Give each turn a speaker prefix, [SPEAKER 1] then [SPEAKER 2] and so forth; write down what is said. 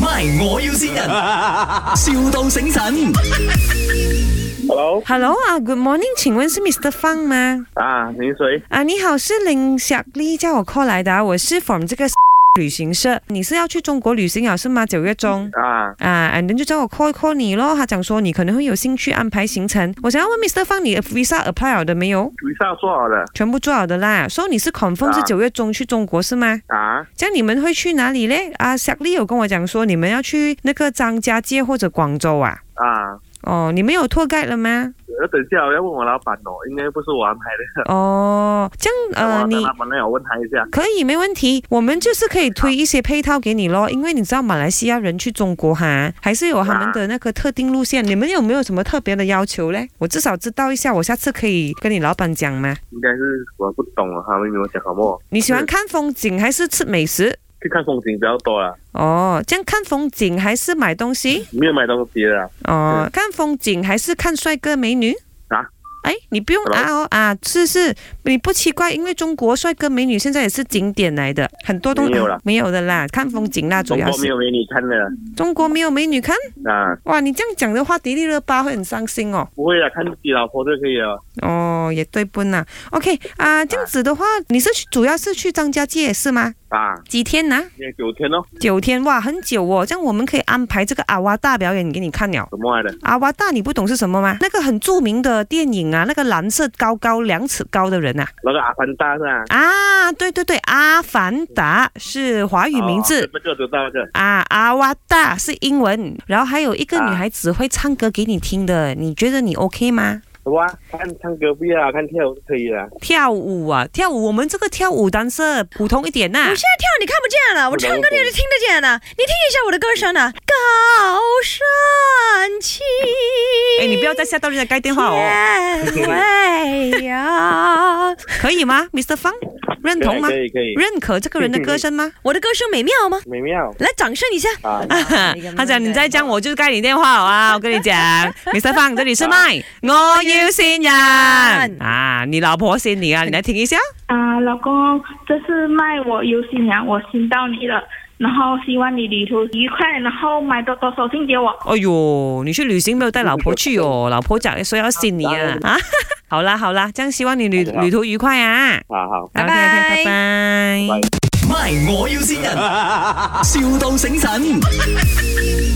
[SPEAKER 1] MY，我要先人， 笑到醒神。
[SPEAKER 2] Hello，
[SPEAKER 3] Hello 啊，Good morning，请问是 Mr. Fang 吗？
[SPEAKER 2] 啊，您谁？
[SPEAKER 3] 啊，你好，是林小丽叫我 call 来的、啊，我是 from 这个旅行社，你是要去中国旅行了是吗？九月中。
[SPEAKER 2] 啊，
[SPEAKER 3] 啊，人就叫我 call call 你咯，他讲说你可能会有兴趣安排行程。我想要问 Mr. Fang，你 visa apply 了的没有？
[SPEAKER 2] 雨下做好了
[SPEAKER 3] 全部做好的啦。说你是 confirm
[SPEAKER 2] 啊
[SPEAKER 3] 是九月中去中国是吗？
[SPEAKER 2] 啊？
[SPEAKER 3] 这样你们会去哪里嘞？啊，小丽有跟我讲说你们要去那个张家界或者广州啊。
[SPEAKER 2] 啊，
[SPEAKER 3] 哦，你们有拓盖了吗？
[SPEAKER 2] 呃，等一下我要问我老板哦，应该不是我安排的，
[SPEAKER 3] 哦，这样呃
[SPEAKER 2] 我
[SPEAKER 3] 你
[SPEAKER 2] 老板那我问他一下。
[SPEAKER 3] 可以，没问题。我们就是可以推一些配套给你咯，因为你知道马来西亚人去中国哈，还是有他们的那个特定路线。你们有没有什么特别的要求嘞？我至少知道一下，我下次可以跟你老板讲吗？
[SPEAKER 2] 应该是我不懂啊，他们没有讲好不好？
[SPEAKER 3] 你喜欢看风景还是吃美食？
[SPEAKER 2] 去看风景比较多啦，
[SPEAKER 3] 哦，这样看风景还是买东西？
[SPEAKER 2] 没有买东西的啊啦。
[SPEAKER 3] 哦，看风景还是看帅哥美女？
[SPEAKER 2] 啊？
[SPEAKER 3] 哎，你不用啊哦啊，是是，你不奇怪，因为中国帅哥美女现在也是景点来的，很多东西
[SPEAKER 2] 没有啦
[SPEAKER 3] 没有的啦，看风景啦，主
[SPEAKER 2] 中
[SPEAKER 3] 要
[SPEAKER 2] 国
[SPEAKER 3] 是
[SPEAKER 2] 没有美女看的
[SPEAKER 3] 中国没有美女看。
[SPEAKER 2] 啊，
[SPEAKER 3] 哇，你这样讲的话，迪丽热巴会很伤心哦。
[SPEAKER 2] 不会啦，啊看自己老婆就可以了。
[SPEAKER 3] 哦，也对不呢。OK 啊，这样子的话，你是去主要是去张家界是吗？
[SPEAKER 2] 啊，
[SPEAKER 3] 几天呢、
[SPEAKER 2] 今天九天哦，
[SPEAKER 3] 九天哇，很久哦。这样我们可以安排这个阿瓦大表演给你看了。
[SPEAKER 2] 怎么来的？
[SPEAKER 3] 阿瓦大，你不懂是什么吗？那个很著名的电影啊，那个蓝色高高两尺高的人呐、
[SPEAKER 2] 那个阿凡达是吧？
[SPEAKER 3] 啊。啊，对对对，阿凡达是华语名字。
[SPEAKER 2] 哦这个知道那个
[SPEAKER 3] 啊，阿瓦达是英文，然后还有一个
[SPEAKER 2] 啊
[SPEAKER 3] 女孩子会唱歌给你听的，你觉得你 OK 吗？
[SPEAKER 2] 什么啊？看唱歌不要，看跳舞就可以了。
[SPEAKER 3] 跳舞啊，跳舞，我们这个跳舞单色普通一点呐、
[SPEAKER 4] 我现在跳你看不见了，我唱歌你就听得见了。你听一下我的歌声呢、高山青，
[SPEAKER 3] 哎，你不要再吓到人家盖电话 哦，
[SPEAKER 4] 天未央。
[SPEAKER 3] 可以吗，Mr. 方？认同吗
[SPEAKER 2] 可？以可以，可以
[SPEAKER 3] 认可这个人的歌声 吗？
[SPEAKER 4] 我的歌声美妙吗？
[SPEAKER 2] 美妙
[SPEAKER 4] 来，掌声一下。
[SPEAKER 2] 啊。
[SPEAKER 3] 他讲你再讲，我就盖你电话好啊！我跟你讲，Mr. 方，这里是 麦，我要新人啊！你老婆先你啊，你来听一 下。
[SPEAKER 5] 啊，老公，这次卖我有新娘，我新到你了，然后希望你旅途愉快，然后买多多手信给我。
[SPEAKER 3] 哎呦，你去旅行没有带老婆去 哦？老婆讲说要新你啊啊！ 好啦好啦，这样希望你旅旅途愉快啊！
[SPEAKER 2] 好好。
[SPEAKER 4] 拜
[SPEAKER 3] OK，OK，拜
[SPEAKER 4] 拜
[SPEAKER 3] 拜。
[SPEAKER 1] MY，我要先人，笑到醒神。